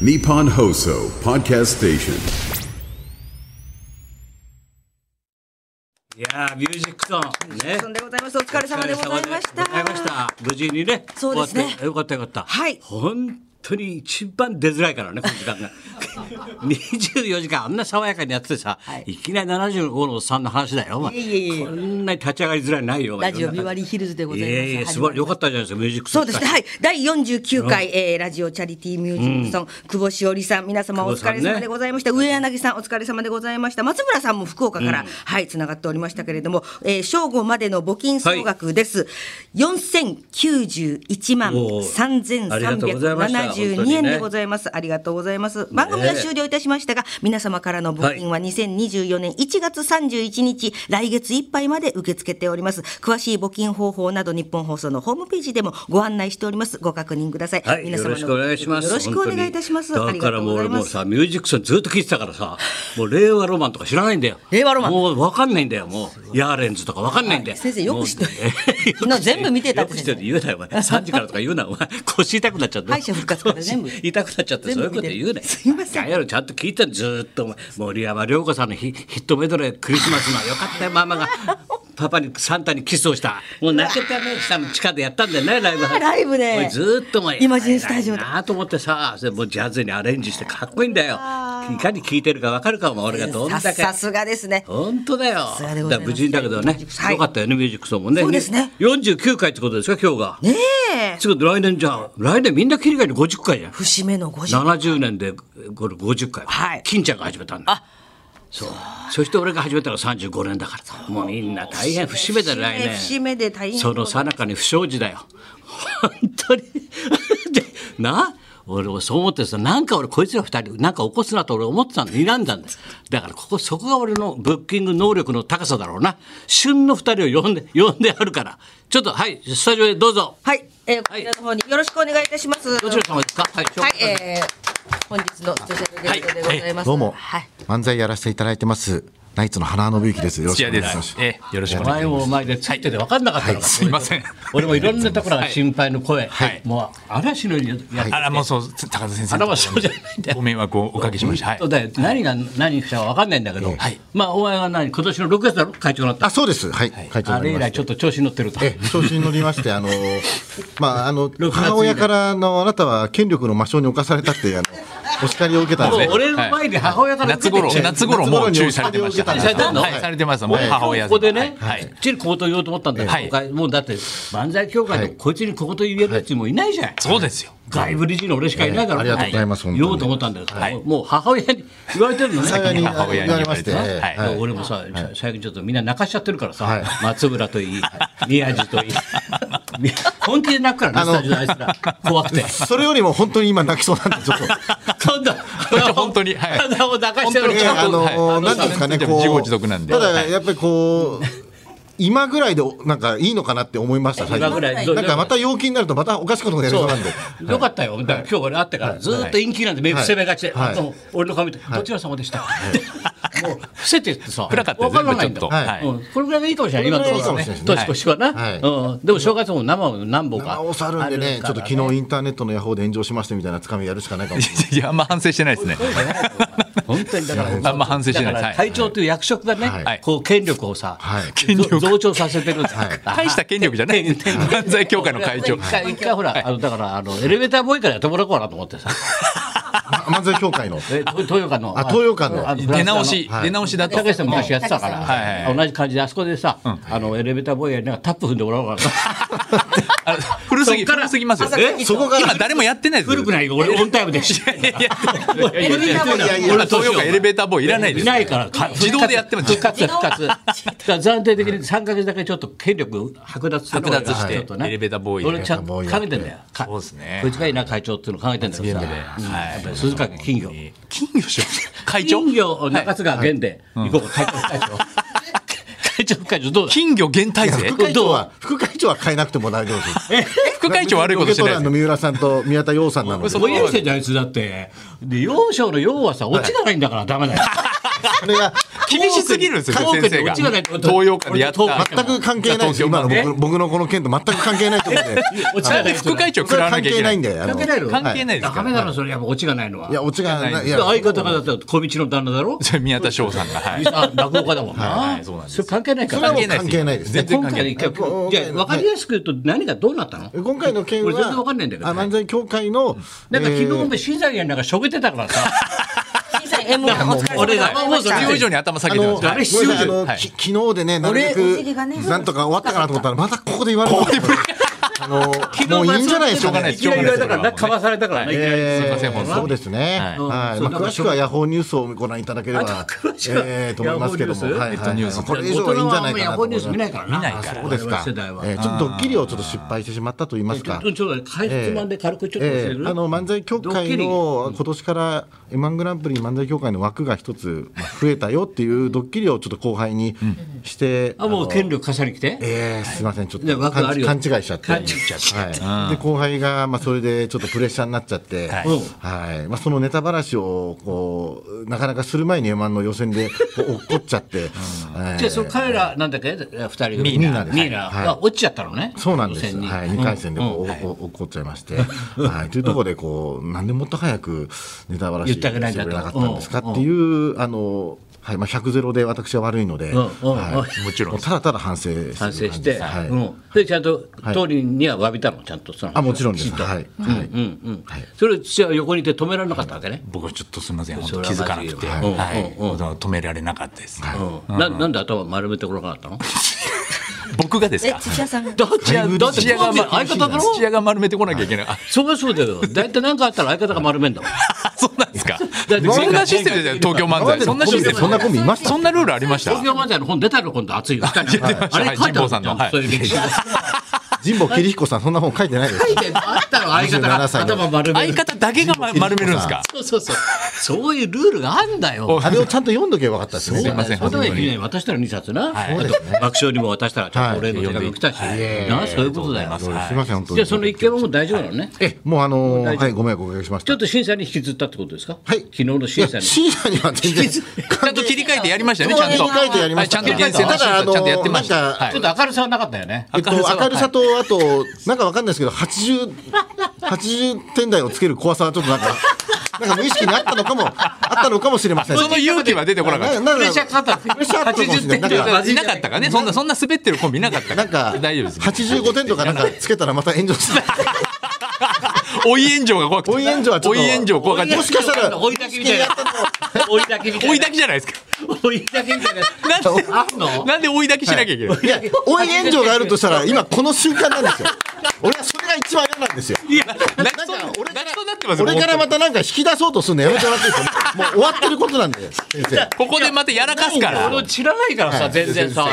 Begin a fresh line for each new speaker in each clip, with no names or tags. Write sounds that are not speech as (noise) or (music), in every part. Nippon Hoso Podcast Station.
いやーミュージックソンね
そんでございます。お疲れ様でございました。
お疲れ様でございました無事にね
そうです
終
ね
わってよかったよかった
はい
本当に一番出づらい
(laughs)
からねこの時間が24時間あんな爽やかにやっててさ、
はい
い、きなり75のおっさんの話だよお前
いえいえいえ
こんなに立ち上がりづらいないよお前
ラジオビバリーヒルズでございます
いえいえ素晴らしいよかったじゃないですかミュージックソ
そ
ン
うですね。はい。第49回、えーラジオチャリティーミュージックソン、久保しおりさん、皆様
久
お
保さ
疲
んね
れ様でございました。上柳さん、お疲れ様でございました。松村さんも福岡から、はい、つながっておりましたけれども、えー正午までの募金総額です。4091万
おーありがとうございました
3372円でございます。ありがとうございます。番組が終了いたしましたが、皆様からの募金は2024年1月31日、来月いっぱいまで受け付けております。詳しい募金方法など、日本放送のホームページでもご案内しております。ご確認ください。
はい、
皆
よ
様の
ろしくお願いします。
よろしくお願いいたします。
本当
あ
に
り
だか
が
ら
とう
もう
ござ
俺
いま
も
す。
さ、ミュージックソンずっと聞いてたからさ、もう令和ロマンとか知らないんだよ。
令和ロマン
もうわかんないんだよ、もう。ヤーレンズとかわかんないんだよ。
はい先生よく知ってる
もうよく知ってる
(laughs) 昨日全部見てたっ
よ
て
く知ってるって言うなよ、お前。3時からとか言うな、お前。腰痛くなっちゃって。
敗者復活から全部
腰痛くなっちゃって、
全
そういう
部
こと
見てる
言うね。
すいません
ややろ、ちゃんと聞いたのずーっと、お前。森山良子さんのヒヒットメドレー、クリスマスのよか
(laughs)
ったよ、ママが。パパにサンタにキスをした。もう泣けたね、下の地下でやったんだよね、ライブ配信。
ライブで
おいずーっともう
イマジンスタジオで
偉いなと思ってさ、それもうジャズにアレンジしてかっこいいんだよ。いかに聴いてるかわかるかも、俺がどんだ
さ
け。
さすがですね。
本当だよ。
さすがでござい
だか
ます
ら無事にだけどね、
はい
よかったよね、ミュージックソンもね。
そうですね
49回ってことですか、今日が。
ねえ。
つうことで来年じゃあ、来年みんな切り替えに50回じゃん。
節目のご時
70年でこれ50回、
はい
金ちゃんが始めたんだそうそして俺が始めたのが35年だからもうみんな大変節目だ来年
節目で大変
その最中に不祥事だよ本当に (laughs) でな俺もそう思ってさなんか俺こいつら二人なんか起こすなと俺思ってたんだ睨んだんだよだからここそこが俺のブッキング能力の高さだろうな旬の二人を呼んで呼んであるからちょっとはいスタジオへどうぞ
はい、えー、こちらの方によろしくお願いいたします。
どちら様ですかはい、
はい、えー、本日のスペシャルゲストでございます。
どうも、
はい。
漫才やらせていただいてますナイツの花信之です。よろしくお願いします。
ええよろしくお願い
前
し
も前でついてて分かんなかったのか、
ます。すいません。
俺もいろんなところが
はい
心配の声、
はい
もう嵐のようにやってて、
あらもうそう高田先生。
あらまあそうじゃないんだよ
ご迷惑をおかけしました。はい
そう。だよ何が何か分かんないんだけど、
はい
まあお前が何今年の6月だろ会長になった
あ、そうです。はい、会長
あ
にな
れ
り
以
ま
来
し
ち
て
ょっと調子に乗ってると
ええ、調子に乗りまして、あの、まあ、あの、
以来
母親からのあなたは権力の魔性に侵されたっていう、あの、お叱りを受けたん
もう
ですね。
俺の前で母親から受け
夏
て
頃
きて
夏頃もう注意されてまし
頃にお酒を受け
夏
た。
たんだ
はいされてます。もう母親。
ここでね、
は
き
い
っ。ちり小言を言おうと思ったんだけど、
はい
今回もうだって漫才協会で
はい
こいつに小言言えるやつもいないじゃん、
そうですよ。
外部理事の俺しかいないから、
ええありがとうございます
は
本当に
言おうと思ったんだけど、
はい
もう母親に言われてるのね
幸いにあ
母
の言
親に
われまして、
言わ
え
れて
え
は
はい
俺もさ、さ最近ちょっとみんな泣かしちゃってるからさ、
はい
松村といい、宮治といい、み本気で泣くからね、
あ
ス
の
タジオのあいつら、怖くて。
それよりも本当に今泣きそうなんで、ちょっと。
(laughs) 今度、
本当にはい
体を泣かしてる
ええ
から
あの
はい
なんていうんですかね、こう、
自業自得なんで
ただ、やっぱりこう、今ぐらいで、なんかいいのかなって思いました、最近
今ぐらい
なんかまた陽気になると、またおかしいことがやりそうなんで。
よかったよ、だから今日俺会ってから、ずーっと陰気なんで、目伏せ目がちで、
はい
あの俺の顔見て、どちら様でした、もう伏せてってさ、
暗かったで
分
すね
からないんだ
ちょ
よ
っとはい
うんこれぐらいがいいかもしれない、今のところ
これぐらいがいいかもしれないですね
年越しはな、
はい
うんでも正月も生を何本か
生。おさるんでね、ちょっと昨日インターネットのヤホーで炎上しましたみたいなつかみやるしかないかも
(laughs)
しれない。
いやあんま反省してないですね。
本当にだから、
あんま反省しない
だから
はい
会長という役職がね、
はい
こう権力をさ、
はい
権力
ぞ増長させてるんだよ、
はい
大した権力じゃない。犯罪協会の会長。
一回一回ほら、あのだからあのエレベーターボーイからやってもらおうかなと思ってさ、
ま漫才
(laughs)
協会の。
え東東洋館の
あ東洋館の
あフランス
出直し
はい
出直しだと。
高橋さん昔やってたから、
はいはいはい
同じ感じであそこでさ、あのエレベーターボーイやりながらタップ踏んでもらおうかな
あ古すぎ
そっから
古すぎますよ。
え
そこが。
今誰もやってないですよ。
古くないよ俺オンタイムでし (laughs)
いやいや
いやいや
俺東洋館エレベーターボーイいらないです。
いないからか
自動でやってます
復活復
(laughs)
活だから暫定的に3か月だけちょっと権力剥奪する
剥奪して
ちょっとね
エレベーターボーイ
俺ちゃんと考えてんだよか
そうですね
こいつがいいな会長っていうの考えてんだけどさうんやっぱり鈴掛金魚
金魚師匠会長
金魚中津川源で行こうか会長会長会長会長どうだ
金魚減体制
副会長は、副会長は変えなくても大丈夫です。
副会長悪いことしてない
ロケット団
で
の
す
三浦さんと宮田洋さんなので。
そ
そ
お家してんじゃんあいつだってで幼少の幼はさ落ちがないんだからダメだよ
れが、
厳しすぎるんですよ、
トークに
先生が。
オチがないと
東洋館でやっ
トー
た
ク。
全く関係ないですよ今の
ね
僕僕のこの件と全く関係ないと思うんで
オチがない
副会長
そ
食
れ
らわ
は関
なきゃい
係
けな
ない
い
ん。だよあの
関係ないの
関係ないです
ダ
か
メだろそれやっぱオチがないのはい
やオチがないいや
相方がだって小道の旦那だろ
それ宮田翔さんが。はい。
あ落語家だもんな、
はいそうなんです
れ関係ないか
それは
ら
もう関係ないですね
全然
今
関
回
係な
の一回
い。
じゃあ分かりやすく言うと何がどうなったの
今回の件は
俺全然わかんないんだけど
あ漫才協会の
なんか
えー
昨日も審査員なんかしょげてたからさ
審査員 M お疲れ様でございまし
俺
た
が
必要以上に頭下
あ
げてま
の
す。はい
れ
ごめんなさいあの
はい
き昨日でねなるべ
俺お尻がね
くなんとか終わったかなと思ったらまたここで言われるあの (laughs) もういいんじゃないですかね
いきなり言われたからなかわされたからね、いきなり
えー
すいません本当に
そうですね。
は
は
い
い。まあ詳しくはヤホーニュースをご覧いただければ
あと詳しくは
えーと思いますけども、
ヤホーニュース
はいはい
ネットニュ
はい。
ース
これ以上はいいんじゃな
大人はあんま
いかなと思い
りヤホーニュース見ないからな
見ないから
そうです
我々
か。え
世代は、
ーちょっとドッキリをちょっと失敗してしまったと言いますか
ちょ。っとちょっと回復まんで軽くちょっと教え
え
る、
ーあの漫才協会の今年から M1 グランプリに漫才協会の枠が一つまあ増えたよっていうドッキリをちょっと後輩にして、
あもう権力貸さに来て
えー、すみません、ちょっ
ね
と
枠あ
勘
る
違い
よ
勘違いしちゃって、
勘違いしちゃっ
はい、で後輩が、まあ、それでちょっとプレッシャーになっちゃって、はいいまあ、そのネタばらしをこうなかなかする前に m 1の予選でこう落っこっちゃって、えー
じゃあその彼らなんだっけ二人組
ミーナ
ミーナ
はい
が落ちちゃったのね
そうなんです、
予選に
はい、2回戦でこう、おお落っこっちゃい
(laughs)
まして、はい、というところでこう、なんでもっと早くネタばらし
言ってあげないんだ
して
と
くれなかったんですかっていう、あのはいまあ、100ゼロで私は悪いので、
うんうん
はい、
もちろん
うただただ反省する
反
感
省
じ
して、
はい
うん、でちゃんと
はい
通りには詫びたのちゃんとその
あもちろんです、
きちと
はい
うん
はい
うんうんそれ父は横にいて止められなかったわけね、
僕はちょっとすみません、本
そ
当
れ
気
は
づかなくて、
ま
は
ずいよ
い
うんうん
止められなかったです。
うんななんで頭丸めてこなかったの
僕がです
え
か。
土屋さんが
だって
だいぶ
だって
土屋が
当時
ま
相方だろ
土屋が丸めてこなきゃいけない。あ
そうはそうだよ大体何かあったら相方が丸めんだもん
そうなんですか。
だって
そんなシステムで東京漫才。そんなシステム。
そんなコンビいました
そんなルールありました。
東京漫才の本出たの今度熱いよあれ書いて
ました
ある
はい神保さんのはい
そういう歴史が
神保桐彦さん、そんな本書いてないです。
書いてあったら相方が
27歳の
頭丸め
相
る
方だけがま丸めるんですか。
そうそうそうそういうルールがあんだよ
あれをちゃんと読んどけばよかったですね。
すいません
それは
本当に
に渡したら2冊な、
はい
あと爆笑にも渡したらちゃんとお礼の手紙来たし、なあそういうことだよ、
ありがとうございます
すいません、本当に。
じゃあその一件はもう大丈夫なのね、
え、もうあのー、はい、ご迷惑おかけしまし。
ちょったと審査に引きずったってことですか、
はい
昨日の審査に
いや審査には
(laughs)
全 (laughs) 然。
ちゃんと切り替えてやりましたよね。ち
ち
ゃんと。
切り替えてやりました
はいちゃんと厳選
ただあの
ちゃんとやってました
なんか
はい
ちょっと明るさはなかったよね
えっと、
明るさは
明るさと、あと、なんかわかんないですけど、80、80点台をつける怖さはちょっとなんか、なんか無意識にあったのかも、あったのかもしれません。
その勇気は出てこなかった。
な
プレッシャーかかった
プレッシャーあったかもしれない。なんか
いなかったかね。そんなそんな滑ってるコンビいなかった
なんか、
大丈夫です。
85点とかなんかつけたらまた炎上
(laughs)
する。
追い炎上が怖くて。
追い炎上はちょっと
追い炎上怖かった
も。しかしたら
追いだけみたいな追いだけみたいな
追いだきじゃないですか。
追いだけみたいな
なんで
あんの
なんで追いだきしなきゃいけない。
いや、応援炎上があるとしたら、今この瞬間なんですよ。俺はそれが一番嫌なんですよ。
いや、泣き
なん
そう
か俺
泣きそうになってますよ
俺からま
本
たなんか引き出そうとするのやめてもらっていいですか。もう終わってることなんで、先生。
当にここでまたやらかすから。
俺知らないからさ全然さ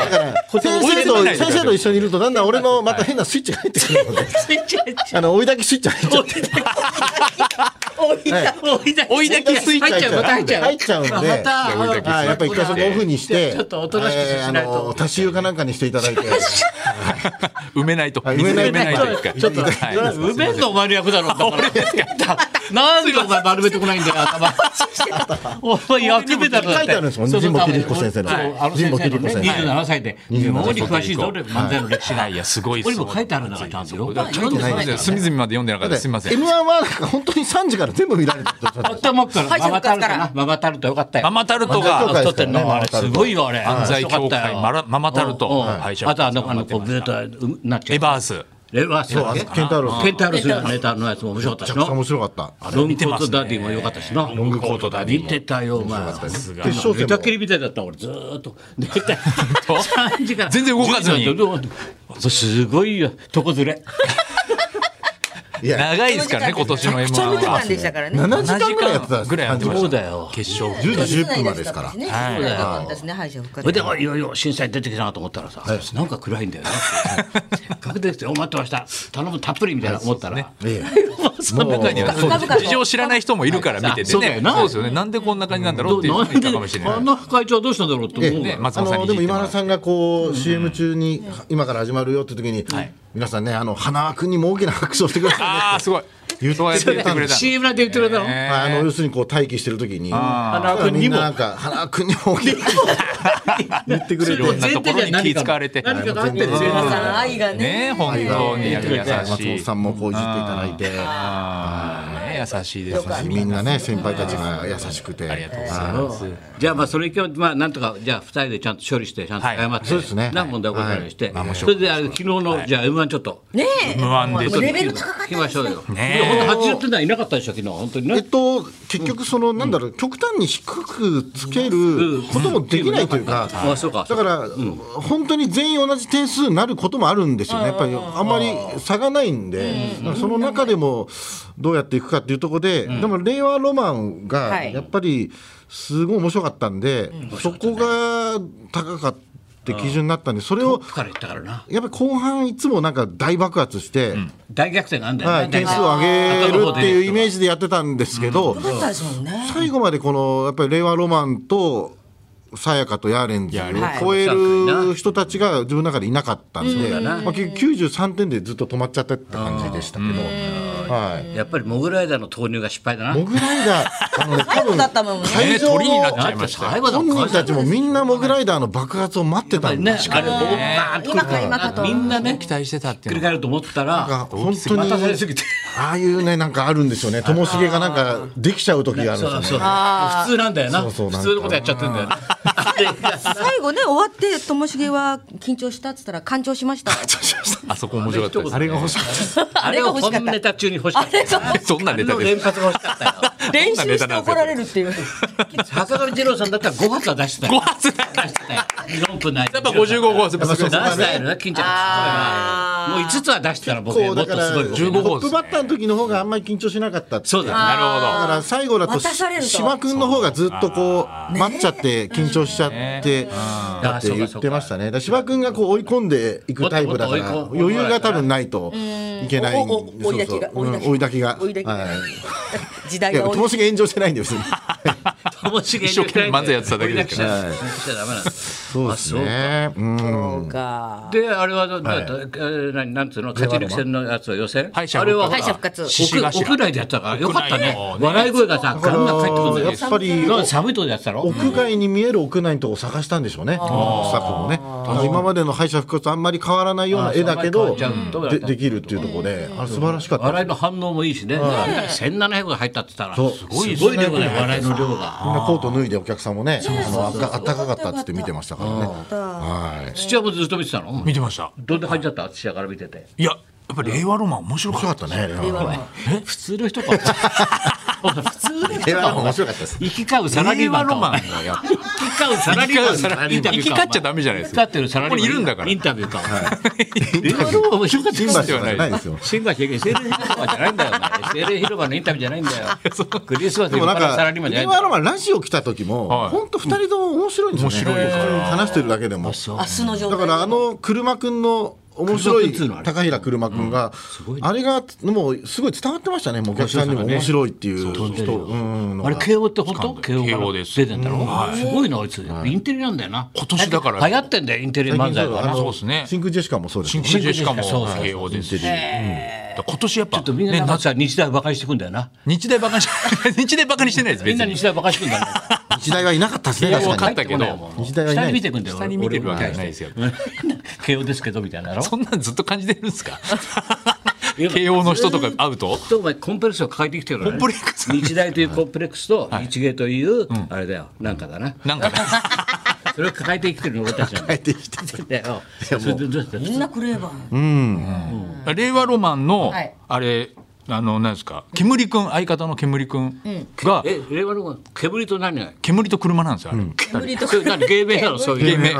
先生
追い詰め
と
ないでください
先生と一緒にいるとだんだん俺のまた変なスイッチが入ってくるので、あの追いだきスイッチ入っちゃって、
追いだきスイッチ
入っちゃうまた入っちゃう
入っちゃうんで、
また
追いだきスイッチ
はいやっぱ一回そこオフにして、
ちょっとおとなしく
えー
しないと
あの足し湯かなんかにしていただいて、
埋めないと。
はい埋めない
埋めないと一回。
ちょっと、
はい
埋めんのお前の役だろ、だから。なんでお前丸めてこないんだよ、頭。お前役目だろ、だって
書いてあるんですもんね神保キリ彦先生の
そうあの先
神保キ
生
リ
のね、
彦先生
27歳で、非常に詳しいぞ、俺漫才の歴史が。
いや、すごいっ
俺も書いてあるんだから、ちゃんとよ。読んでないんだよ。
隅々まで読んでなかったです。すみません。
M1 はなんか本当に3時から全部見られてると。
頭から、ママタルトな、ママタルトよかったよ。
ママタル
マ
ト
マタル
が
ト
撮ってんのあれすごいよあれ
漫才協会マラママタルトはい
あとあのあのこうずっとうなっちゃう
エバース。
エバースだっ
あ
け
のケンタウロス
ケンタウロスのネタのやつも面白かったし
めちゃくちゃ
な
面白かった。
ロングコートダディも良かったしな。ロ
ングコートダディも
見てたよ、お前。
す決勝
寝
戦
た
も
きりみたいだった、俺、ずーっと。寝た
当
3時から。
全然動かずに
10時まで。すごいよ、床ずれ。
いや、
長いですからね、今年の M1
めちゃくちゃ見て
は
たん。でしたからね
7
7
時間ぐらいやってたんです
ぐらいやってました。
そうだよ
決勝。
10時10分までですから。
ねそうだよ私ね敗者復
それで、
活
おいいよいよ、審査員出てきたなと思ったらさ、なんか暗いん
(laughs)
だよな。せっかく出てきて、お待ってました。頼む、たっぷりみたいな思ったら。
え
その中にはそう
深々と
事情を知らない人もいるから見ててね。
そうだよな
そうですよね。なんでこんな感じなんだろうっていう
な
人
ん
もい
で、
たかもしれな
あ
い
ん。な会長はどうしたんだろうって思う
ね、
わ。
松
あ
本さん
の
に
で
言っ
も今
ても
田
らう。
さんがこう CM 中に今から始まるよって時に皆さんねあの花輪君にも大きな拍手をしてくださいね
ああ、すごい。
言
そうやって言ってくれたの
CM なんて言ってるだろ、
え
まあ、あの要するにこう待機してる時に
あー
そしたらみんななんか花君にも言ってく
それ
れて
とも前提には何
いろんなところに気使われて
何かがあってるんですよ
皆さん愛が
ねえ
ね
本当に優
くれて
松
し
本
い
さんもこういじっていただいて
ね優しいですね
みんなね先輩たちが優しくて
ありがとうござい
はい
ます
じゃあまあそれ今日まあなんとかじゃあ二人でちゃんと処理してちゃんと謝って、
は
そうですね
な問題起こさないようにして、
はいまあもち
そ
ろん
れであの昨日の、じゃあ M1 ちょっと
ねえ
無安で
もうレベル高か
聞
っ
き
た
ましょうよ。
ねえ
いや本当80点台いなかったでしょ昨日本当に
え
ね。
っと、結局その、なんだろう、極端に低くつけることもできないというか、
あそうか。
だから、本当に全員同じ点数になることもあるんですよね、やっぱりあんまり差がないんで、なんかその中でもどうやっていくかっていうところで、でも令和ロマンが
はい
やっぱりすごい面白かったんで、そこが高かった基準になったんで、それを
僕から言ったからな。
やっぱり後半、いつもなんか大爆発して、
大逆転があんだよね。
はい、点数を上げるっていうイメージでやってたんですけど。
高かったですもんね
最後までこのやっぱり令和ロマンとさやかとヤーレンズを超える人たちが自分の中でいなかったんで、まあ、結局93点でずっと止まっちゃってった感じでしたけど、はい、
やっぱりモグライダーの投入が失敗だな。
モグライダーあのね多分
だったもんね
会場
鳥になっちゃ
の
いましたよ
だって最後だもん
本人たちもみんなモグライダーの爆発を待ってたん
ね
で、
あれボンバーンと来る
今か今かと
みんなね
期
ひっ
待してたって
く
いう
り
の
返ると思ったら
なんか本当に
待たされすぎて。
ああいうねなんかあるんですよねともしげがなんかできちゃう時があるん
そ
で
う
す
そ
よ
う
ね。
普通なんだよな
そうそう
普通のことやっちゃってんだよなあれがさ
最後ね終わってともしげは緊張したっつったら感情しました
あそこ面白かった
あれが欲しかったです。
あれを本ネタ中に欲しかった
ですそんな
あれ
ネタ
の
で
連
す
発が欲しかったよ
練習して怒られるっていう
坂上二郎さんだったら5発は出してたよ5発出してたよ4分ない
やっぱ55号はやっぱすごい
出したやろな金ちゃんもう5つは出してたら僕
こう
も
だ
っ
か
と
ら
す
ト
ごい
十
僕
五
ッ
15号です
プ
ね
バッターの時の方があんまり緊張しなかったってい
そうだ
なる
だ
ほ
から最後だと
渡されると
島君の方がずっとこう待っちゃって緊張しちゃってだって言ってましたねだから島君がこう追い込んでいくタイプだから
もっともっと追い込ん
余裕が多分ないといけない
おおお追い焚きが
そうそううん追
追い焚き追い焚
いだきが
きが
はい
時代
いや
が
ともしげ炎上してないんです
ともしげ
一生懸命漫才やってただけですから
らダメなんです
そうですねうん
そうか
であれはどうだったえーななんつうの勝ち抜き戦のやつは予選
敗者
あれはほら
敗者復活
獅子
屋
頭
屋内でやってたからよかったね
屋内の
笑い声がさガンガン返ってくるんだよ
やっぱり
なんか寒いとこでやってたろ
屋外に見える屋内のとこ探したんでしょうね、スタッフもね。あの今までの敗者復活とあんまり変わらないような絵だけ
あ
ど、
ーそうあんまり変わっちゃう
でできるっていうところで、あれ素晴らしかった。
笑いの反応もいいしね1700が入ったって言った
そ
ら
う
すごいすごい量だよ笑いの量が
みんなコート脱いでお客さんもね、あのあったあったかかったっつって見てましたからね。はい。
土屋もずっと見てたの
見てました
どんで入っちゃった土屋から見てて
いややっぱ令和ロマン面白
面
か
白か
った
ったね。令和
普通の
(laughs)
人かお前普通の人
令和ロマン面白かったです。
行き交うサラリーマン
令和ロマン
か
だよ
行き交うサラリーマンのインタビューか
行き交っちゃダメじゃないですか
行き交ってるサラリーマン
ここにいるんだから
インタビュー
(laughs)
か令和ロマン面白かった
新
よ
橋とかじゃないですよ。
新橋駅 SL 広場じゃないんだよお前 SL 広場のインタビューじゃないんだよ
(laughs)
クリスマス
で
に
も
ま
なん
だサラ
か、
リーマンじゃ
令
ない
和
んだ
ロ
よ
マンラジオ来た時も、
はい
本当二人とも面白いんですよね。
面白いから
話してるだけでも。
そう
明日の状
だ
態
からあの車くんの面白
車くん
い
っつうのあれ
高平車くんが、あれがもうすごい伝わってましたねもうお客さんにも面白いっていう人うんの
あ
が
れ慶応って本当慶応
慶応
が
です
出てんだろ、すごいなあいつ、インテリなんだよな
今年だから
流行ってんだよインテリ漫才が
あ
な
の
ち
そうですね
真空ジェシカもそうです
真
よ
空ジェシカも
そうそう
慶応ですし、うんだから今年やっぱ
ょっとみんな
ね
なんかさ日大バカにしてくんだよな
日大バカにし (laughs) 日大バカにしてないです
み
別
んな
に
日大バカにしてくんだよ
日大はいなかったですね
慶応
確か
勝
に
ったけど
日大はいない
下に見てくんだよ
下に見てるわけじゃないですよ
俺慶応ですけどみたいなの
そんなんずっと感じてるん
(laughs)
ですか慶応の人とか会うと
とお前コンプレックスを抱えてきてるのね
コンプレックス
日大というコンプレックスと日芸というあれだよなんかだな
なんかね
それを抱えて生きてるの俺たちなんだ
帰ってきて
だよそれでどうした
みんなクレーバー
令和ロマンの、
はい
あれあのなんですか煙くん相方の煙くんが、
え令和の煙と何が
煙と車なんですよあれ、
煙と
それ何芸名なのそういう
芸名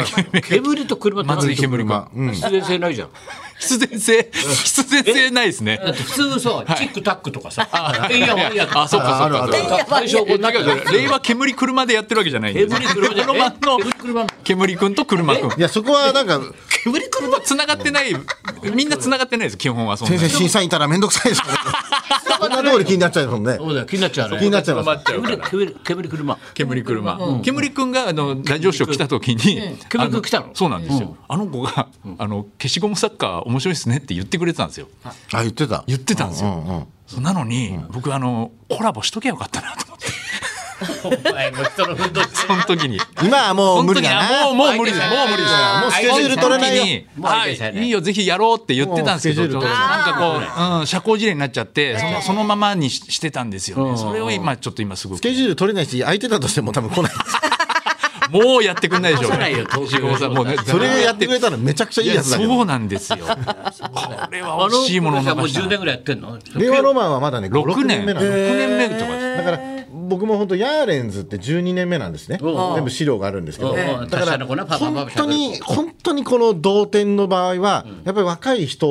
煙と車って何
松井煙くん
必然性ないじゃん
(laughs) 必然性必然性ないですね
だって普通さチックタックとかさいやいや
あそっかそっかそっか
いや
最初こうなって
違う違う令和煙車でやってるわけじゃないんで
煙車じゃ
(laughs) ロマンの
煙車の
煙くんと車くん
いやそこはなんか
煙くんと繋がってないみんな繋がってないです基本はそんな
先生審査員いたら面倒くさいですからそんな通り気になっちゃうもんね。
そうだよ気になっちゃうね
気になっちゃいます
困っちゃうから
煙煙煙車
煙車、煙くんがあのラジオショー来た時に、
煙
あ
くん来たの
そうなんですよ、あの子が、あの消しゴムサッカー面白いですねって言ってくれてたんですよ
あ言ってた。
言ってたんですよ、
うんうん
そうなのに、僕あのコラボしときゃよかったなと思って
お前も人のふんどし
その時に
今はもう
その
無
時
理
に
だな。
あもうもう無理ですもう無理です
もうスケジュール取れないよ
その時に
もう相
は
手さえね
いいいよぜひやろうって言ってたんですけど
もうスケジュール取れない
なんかこう、うん、社交辞令になっちゃってそのそのままにししてたんですよねそれを今ちょっと今すごく
スケジュール取れないし相手だとしても多分来ない。
もうやってくんないでしょ
(laughs) 出さないよ
消しゴムサッカーもうね
それやってくれたらめちゃくちゃいいやつだけ
そう
ど。
なんですよ。これ
あ
は
の
惜しいものを
も
流
う
した
10
な。
年ぐらいやってんの
(laughs) 令和ロマンはまだね5 6
六
年
年、
目
六
なんで
年目とかです。
だから僕も本当ヤーレンズって12年目なんですね
おう
全部資料があるんですけ
お
ど
う
だか
達者
ら
の子なパパパパ
本当に本当にこの同点の場合はやっぱり若い人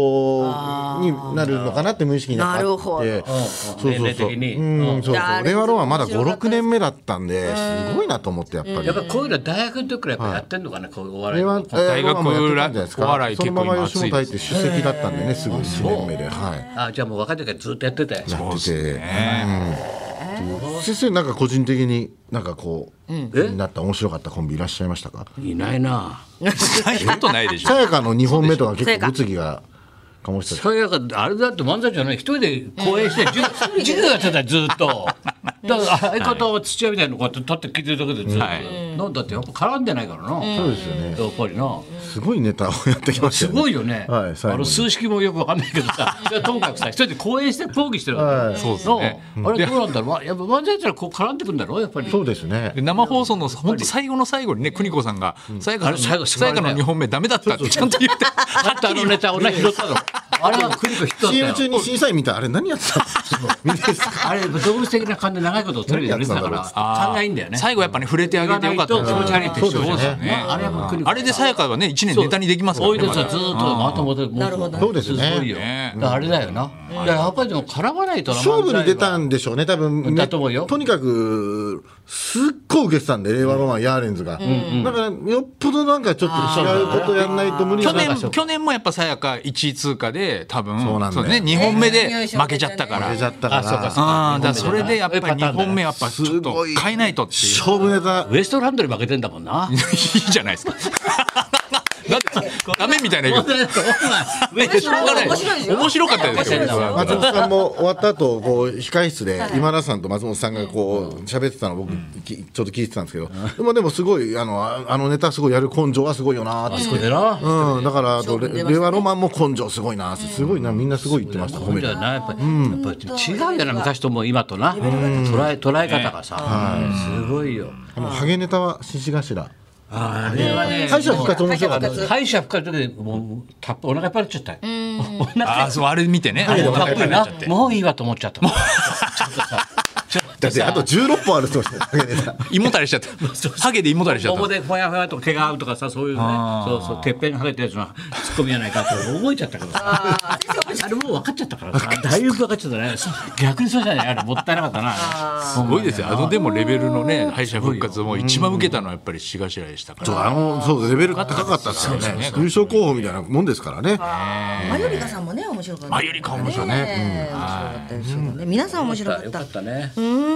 になるのかなって無意識にやっぱ
なる
あ
ほど
ってそう
年
そう
齢
そう
的に
うんそう
ヤーレン
そう
ズ
令和ロマンまだ56年目だったんですごいなと思ってやっぱり
やっぱこういうの大学の時からやっぱやってんのかなこういうお笑い
令和
の
えー
大学
ロマンもやってたんじゃないですか
お笑い
そ
結
の
構
まま
今熱
吉
い
本入
です
って主席だったんでねすぐ1年目ではい。
あじゃあもう若い時からずっとやってて
やってて、うん先生なんか個人的になんかこう、になった面白かったコンビいらっしゃいましたか
いないな
そんなことないでしょ
(laughs) さ。やかの2本目とか結構物議が醸してた
そういあれだって漫才じゃない一人で公演して授業授業やってたよずっとだから相方は土屋みたいなのこうやって立って聞いてるだけでずっと、
はい
なんだってやっぱ絡んでないからな、そうですよねやっぱりな
すごいネタをやってきまし
す
たよね
ごいよね、
は
あ
い最後
の
に
数式もよくわかんないけど
(laughs)
さそれはともかくさ一人で公演して抗議してるわけ
そうですね
なああれどうなんだろうやっぱ漫才ってのはこう絡んでくんだろうやっぱり
そうですね
で生放送の本当最後の最後にね邦子さんがさやか
あれ最後
のさやかの2本目ダメだったってちゃんと言って
あったあのネタをな拾
(laughs)
ったのあれは国子拾ったよ
CM 中に審査員見たらあれ何やって
(laughs)
たの見ていいですか
あれ動物的な感じで長いことテレビで見てたから足んないんだよね
最後やっぱね触れてあげてよかった
言わないと気持ち悪いって
そうですよね
あれはもう国子
あれでさやかはね1年ネタにできますから
多い
ね
で
ます
よ
だ
ずーっとまともでなるほど
そうですね
ごいよだからあれだよなだからやっぱりでも絡まないとな
勝負に出た
漫
んでしょうね多分
だと思うよ
とにかくすっごい受けてたんで令和ロマン、ヤーレンズが、だからよっぽどなんかちょっと違うことやんないと無理
去
だな
年去年もやっぱさやか1位通過で多分
そうなんだよ
ね2本目で負けちゃったから
出ちゃったから
あそうかそう
ああ、だからそれでやっぱり2本目やっぱちょっ
す
と
ごい
変えないとっていう。
勝負ネタ
才はウエストランドに負けてんだもんな
いいじゃないですか。だってダメみたいな言い方。
お前ウエストランド
面白かったです
面
よ。
白いですよ
僕
松
は
本さんも終わった後こう控室で今田さんと松本さんがこう喋ってたの僕きちょっと聞いてたんですけどでもでもすごいあのああのネタすごいやる根性はすごいよなーって
そこでな
うんだからあとれ令和ロマンも根性すごいなーってすごいなみんなすごい言ってました褒
そう
め
じ
て
ゃないやっぱり、やっぱり違うよな昔とも今とな、捉え捉え方がさ、すごいよ。
あのハゲネタは獅子頭
あれはね、
敗者復活面白かったです
敗者復活の時でもうたっぷお腹いっぱいになっちゃったよ。お
あ
腹
あ、そうあれ見てね。あれ
たっぷりな
ちゃっ。て
もういいわと思っちゃった。
だってあと16本あるって言ってましたよハ (laughs) ゲネタ
胃もたれしちゃった。ハゲで胃もたれしちゃっ
ここ
た。
でふやふやと毛が合うとかさそういうねそうそうてっぺんにはげたやつのツッコミやないかって覚えちゃったからさあれもう分かっちゃったからさだいぶ分かっちゃったね逆にそうじゃないあれもったいなかったな
すごいですよ。あのでもレベルのね敗者復活も一番受けたのはやっぱり志頭でしたか
そう
ら。
あのそうレベル高かったですよね優勝候補みたいなもんですからね
マヨリカさんもね面白かった。
マユリカ面白い
ね。面白かったですよね。皆さん面白か
よ
っ
か
た
っ。たね
うん。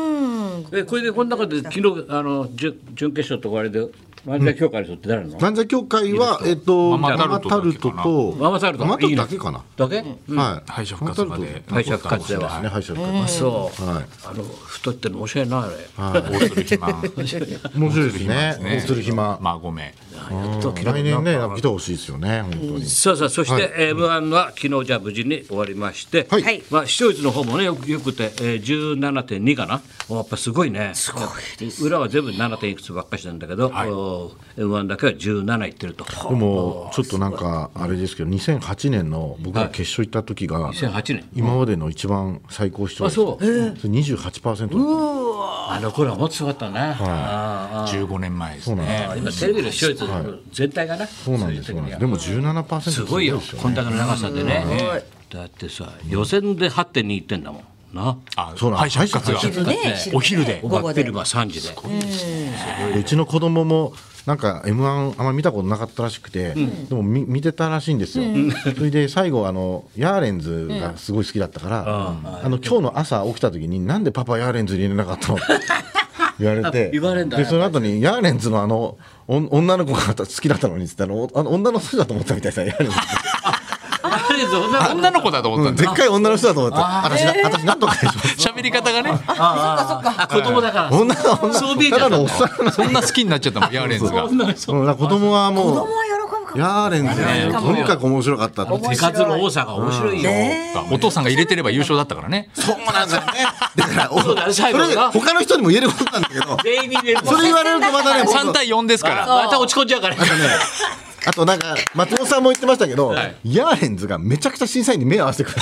えこれでこの中で昨日あの準準決勝と終わりで漫才協会の人って誰なの？
漫才協会はえっと
マ
マ
マ
マ
タ
タ
ル
ル
ト
ト
だっけかな
と
ママタルト
ママタルトだけかな
だけ？
はい
敗者復活まで。
敗者復活で
ですね
は。
敗者復活
そう。
はい
あの太ってるの面白いなあれ。
大鶴肥満。
面白いですね。大鶴暇。
まあごめん。
来年ね、来てほしいですよね、本当に。
さあさあ (laughs) そして、M1 は昨日じゃあ無事に終わりまして、
はい
はい
まあ視聴率の方もねよくよくて、えー、17.2かな。おやっぱすごいね。すごいです。裏は全部 7. 点いくつばっかしなんだけど、お M1 だけは17いってると。
でも、ちょっとなんか、あれですけど、2008年の僕が決勝行った時が。
2008年。
今までの一番最高視聴
あそう
率。二十八パーセント。
あの頃はもっとすごかったね。ああ
15年前ですね。
あ今テレビの視聴率全体がな。そ
そうなんです。そうなんですでも十七パーセント。
すごいよ
です、
こんだけの長さでね。だってさ、予選で8.2いってんだもん。な。
あ
そうなん
敗者復活
敗者
が。
ね
お昼で
お
午
ば
後
っ
で
昼間3時で。
うちの子供もなんか m 1あんま見たことなかったらしくて、でもみ見てたらしいんですよ、それで最後あのヤーレンズがすごい好きだったから、あの今日の朝起きた時になんでパパヤーレンズに入れなかった (laughs) のって言われて
言われんだ
でその後にヤーレンズのあのおん女の子が好きだったのにって言ったらおあの女の人だと思ったみたいですヤーレンズ (laughs)
あれです女の
女の子だと思った
うんん
で
でっかい女の人だと思って私な私なんとかでします
喋り方がね
あ子供だから
女の女
そう見えち
た
ゃ
だ
ったん
のおっ
だ
さん
(laughs) そんな好きになっちゃったもんヤーレンズが
女の人
うんだから子供はもう
供は喜ぶかも
ヤーレンズねとにかく面白かったって
手数の多さが面白いよ、
お父さんが入れてれば優勝だったからね
そうなんだよね。だから、
(laughs)
お
そうだね最後
それ
な
他の人にも言えることなんだけど、
全員入れる
それ言われると
(laughs)
またね、僕
3対4ですから
また落ち込んじゃうから
あとなんか、松本さんも言ってましたけど、
はい
ヤーレンズがめちゃくちゃ審査員に目を合わせてくる。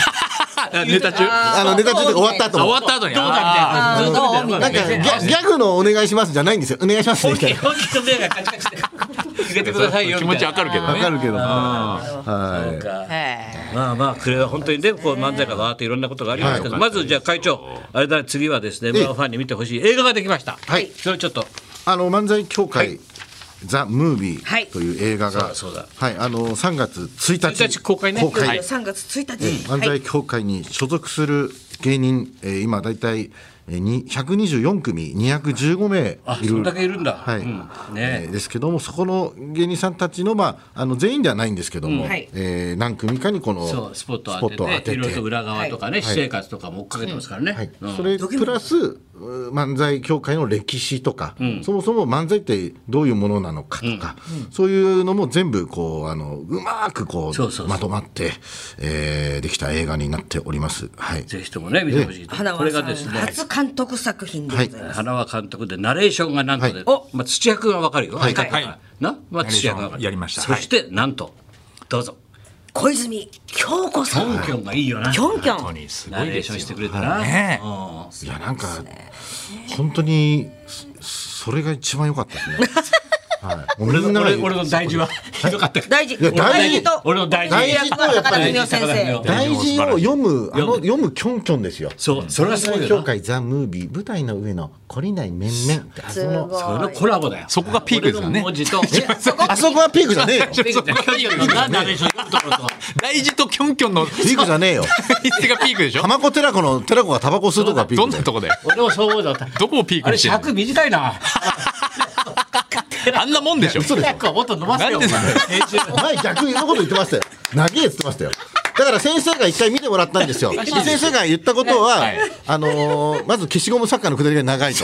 (laughs)
ネタ中あ
あの、ネタ中で終わった後
終わ
も。
った後に
どう
あ
だみたいなずっとみたい
なんか
な
ギャ、ギャグのお願いしますじゃないんですよ。お願いしますみたいな。
(laughs) 本気と目がカチカチ
(laughs)
で入れてください
ー
よ
気持ち
み
わ
た
か
い
るけど
わか
ね
るけど。はい。
な
へ
まあまあ、これは本当にね、こう漫才がわーっていろんなことがありますけど、
はい
まずじゃあ会長、あれだね、次はですね、
ええ
ムロファンに見てほしい映画ができました。
はい
それをちょっと、
あの、漫才協会、ザ・ムービ
はい
ーという映画
そ
が、
うだそうだ
はい、あの、3月1日
1日公開ね
え
はい
3月1
え
日、
ー漫才協会に所属する芸人、えー今大体えーに124組215名
あ
いる
そんだけいるんだ
はい
うんね
えーですけどもそこの芸人さんたちの,、まあ、あの全員ではないんですけども、
はい
えー何組かにこの
そう、スポットを当てて、いろいろと裏側とかね、私生活とかも追っかけてますからね。
はい
うん
それプラスうー漫才協会の歴史とか、そもそも漫才ってどういうものなのかとか、そういうのも全部こうあのうまくこう
そうそうそう
まとまって、えーできた映画になっております。はい、
ぜひともね、見てほしいと。
花
こ
輪
れ
さ
が
ん
ですね、
初監督作品でございます、
花輪監督でナレーションがなんと
は
で
い、
おまあ土屋君はわかるよ。はい
はい
な、まあ土屋君はわかる
やりました
そして、なんと、どうぞ。
小泉京子
キ
さん
ョンキョンがいいよな。
キョンキョ
本当
ン
にすご
ナ
い
レー
で
ショ
すよ
ンしてくれたな。
ねえ
うん
いやなんか、本当にそそれが一番良かった (laughs) ですね。はい、もう
俺の
みんなが
俺俺の大事は (laughs) ひどかったけど
大事
いや大事
大事と
俺の大事
大事とやっぱり
高田文夫先生
大事を読むあの読むキョンキョンですよ。
そうそれはすごいよ
協
な
会ザムービー舞台の上の懲りない面々ってあそこの
それのコラボだよ
そこがピークですよね
俺の文字 (laughs) とえ
あそこはピークじゃねえよ。
ピークだよキョンキョンのなナレーション読むところと
大事とキョンキョンの
ピークじゃねえよ。
一手がピークでしょ
浜子寺子の寺子がタバコ吸うとこがピー
どん
クだよ。
なとこで
俺もそう思うだった
どこをピー
あ
ク
れ
にしてんの
尺短いな
あんなもんでしょ
尺はもっと伸ばせよ
なんで
お前編集
前逆のこと言ってましたよ。長えっつってましたよ。だから先生が一回見てもらったんですよ。
(laughs)
で先生が言ったことは、
はい
あのーまず消しゴム作家のくだりが長いと。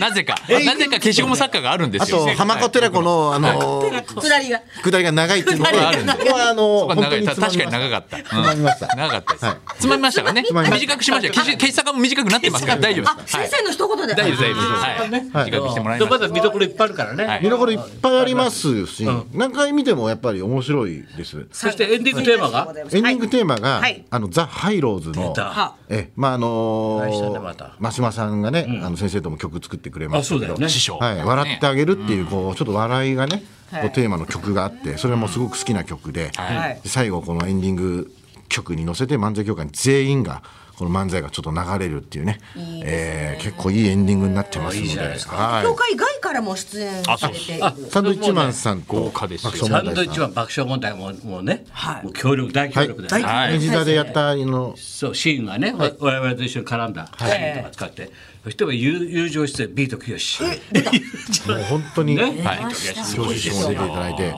なぜかなぜか消しゴム作家があるんで
あ
すよ
と浜子寺子の、あのー
下りが
下りが長いっていうのは、
あるんで
ここはあ
そ
の
こは
本
長
当
い
に
確
つま
か
み
に
まし
長かったつ
つまみました
長かったです
はい
つまみましたからね
つまみました
短くしましたよ消し消し作家も短くなってますから大丈夫
あ
ですは
先
い
生の一言で
大丈夫です大丈夫ですはい短くしてもらい
で
ま
ますだ見どころいっぱいあるから
は
ね
い
見どころいっぱいありますし、何回見てもやっぱり面白いです。
そしてエンディングテーマが
エンディングテーマが、
はい
あのザ・ハイローズの
出た
えまああの
来週
ー
だねまた
真島さんがね、あの先生とも曲作ってくれま
あ
した
そう
け
だ
ど
よ。ね
師匠
はい、笑ってあげるっていうこうちょっと笑いがね、こうテーマの曲があってそれもすごく好きな曲で,、
はい
で最後このエンディング曲に乗せて漫才協会全員がこの漫才がちょっと流れるっていうねえー結構いいエンディングになってますのではい
教会外からも出演
あ
さ
そう
れている
あ
サンドイッチマンさんと
豪華ですよ
爆
サ
笑問
ンド
題さん
イッチマン爆笑問題ももうね
はい
もう協力大協力だよね
はい、梅田でやったあの
そうシーンがね、わ我々と一緒に絡んだシーンとか使って、そして友友情出演ビートきよし (laughs)
もう本当に、
ね
ね、
はい
教師師も出ていただいて。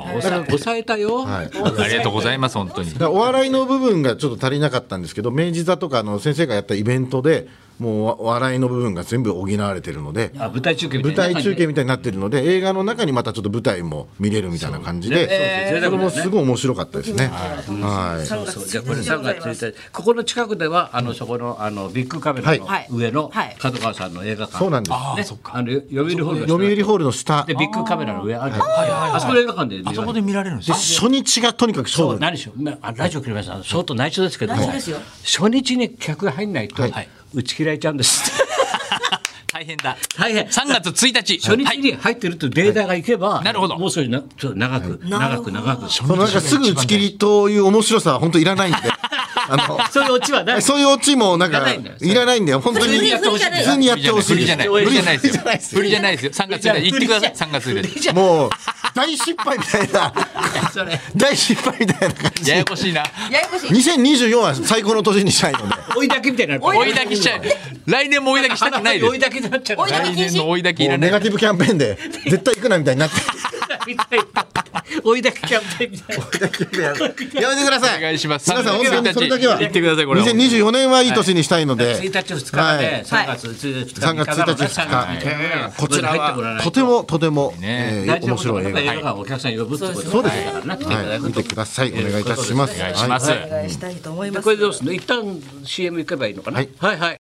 抑えたよ、
はい
ありがとうございます本当に
だからお笑いの部分がちょっと足りなかったんですけど明治座とかあの先生がやったイベントでもうお笑いの部分が全部補われてるので
あ舞台中継みたい
舞
な
台中継みたいになってるので映画の中にまたちょっと舞台も見れるみたいな感じで
そうそう
それもすごい面白かったですね。はい
そうそうじゃあこれ3月1日ここの近くではあのそこのあのビッグカメラの
はい
上の
はい
角川さんの映画館
そうなんです
ねあのよ読売ホールの下
読売ホールの下
で
で
ビッグカメラの上あるじゃんあそこの映画館で見ら
あ
れ
そ
る
こで見られるんですよ
初日がとにかく勝
そう
負
何でしょうまあラジオ切りました相当内緒ですけども
内緒ですよ
初日に客が入んないと、
はい
打ち切られちゃうんです
大変だ
大変
3月1日
初
は
日
い
に入ってるというデータがいけば、
いなるほど
もう少しなちょっと長く、長く長く
そのなんかすぐ打ち切りという面白さは本当いらないんであ
そういうオチはな
の
い。
そういうオチもなん
いら
か
ないんだよ
いらないんだよ本当に
それいい
ほしい
普
通にやってほしい
振りじゃない振りじゃないですよ振りじゃないですよ3月1日行ってください
振
3月1日
もう大失敗みたいな
それ
大失敗みたいな感じ
ややこしいな
ややこしい。
2024は最高の年にしたいので
追いだけみたいになる。
追いだきしちゃう来年も追いだきしたくないで
追い
す
だけになっちゃう。
追いだ
来年の追いだきい
も
ら
う
な
ネガ
い
ティブキャンペーン (laughs) で絶対行くなみたいになって
みたいな。追いだけキャンペーンみたいな。
(laughs) やめてください
お願いします
皆さん本当にそれだけは
行ってくださいこれは
2024年はいい年にしたいので、
一日二日で、
はい
三月一日二日
3月1日
三
2
月
日、
三日
こちらはとてもとても、
ね
え
大
ー
事な
面
こと
白い
だか
映画
ら映画館をお客さんに呼ぶってこと
そうです
だからな来ていた
は
だ
い、
く
見
と
てくださいお願いいたします
お願いします
はい
お願いしたいと思いま。
ですこれどうするの一旦 CM 行けばいいのかな
はい
はいはい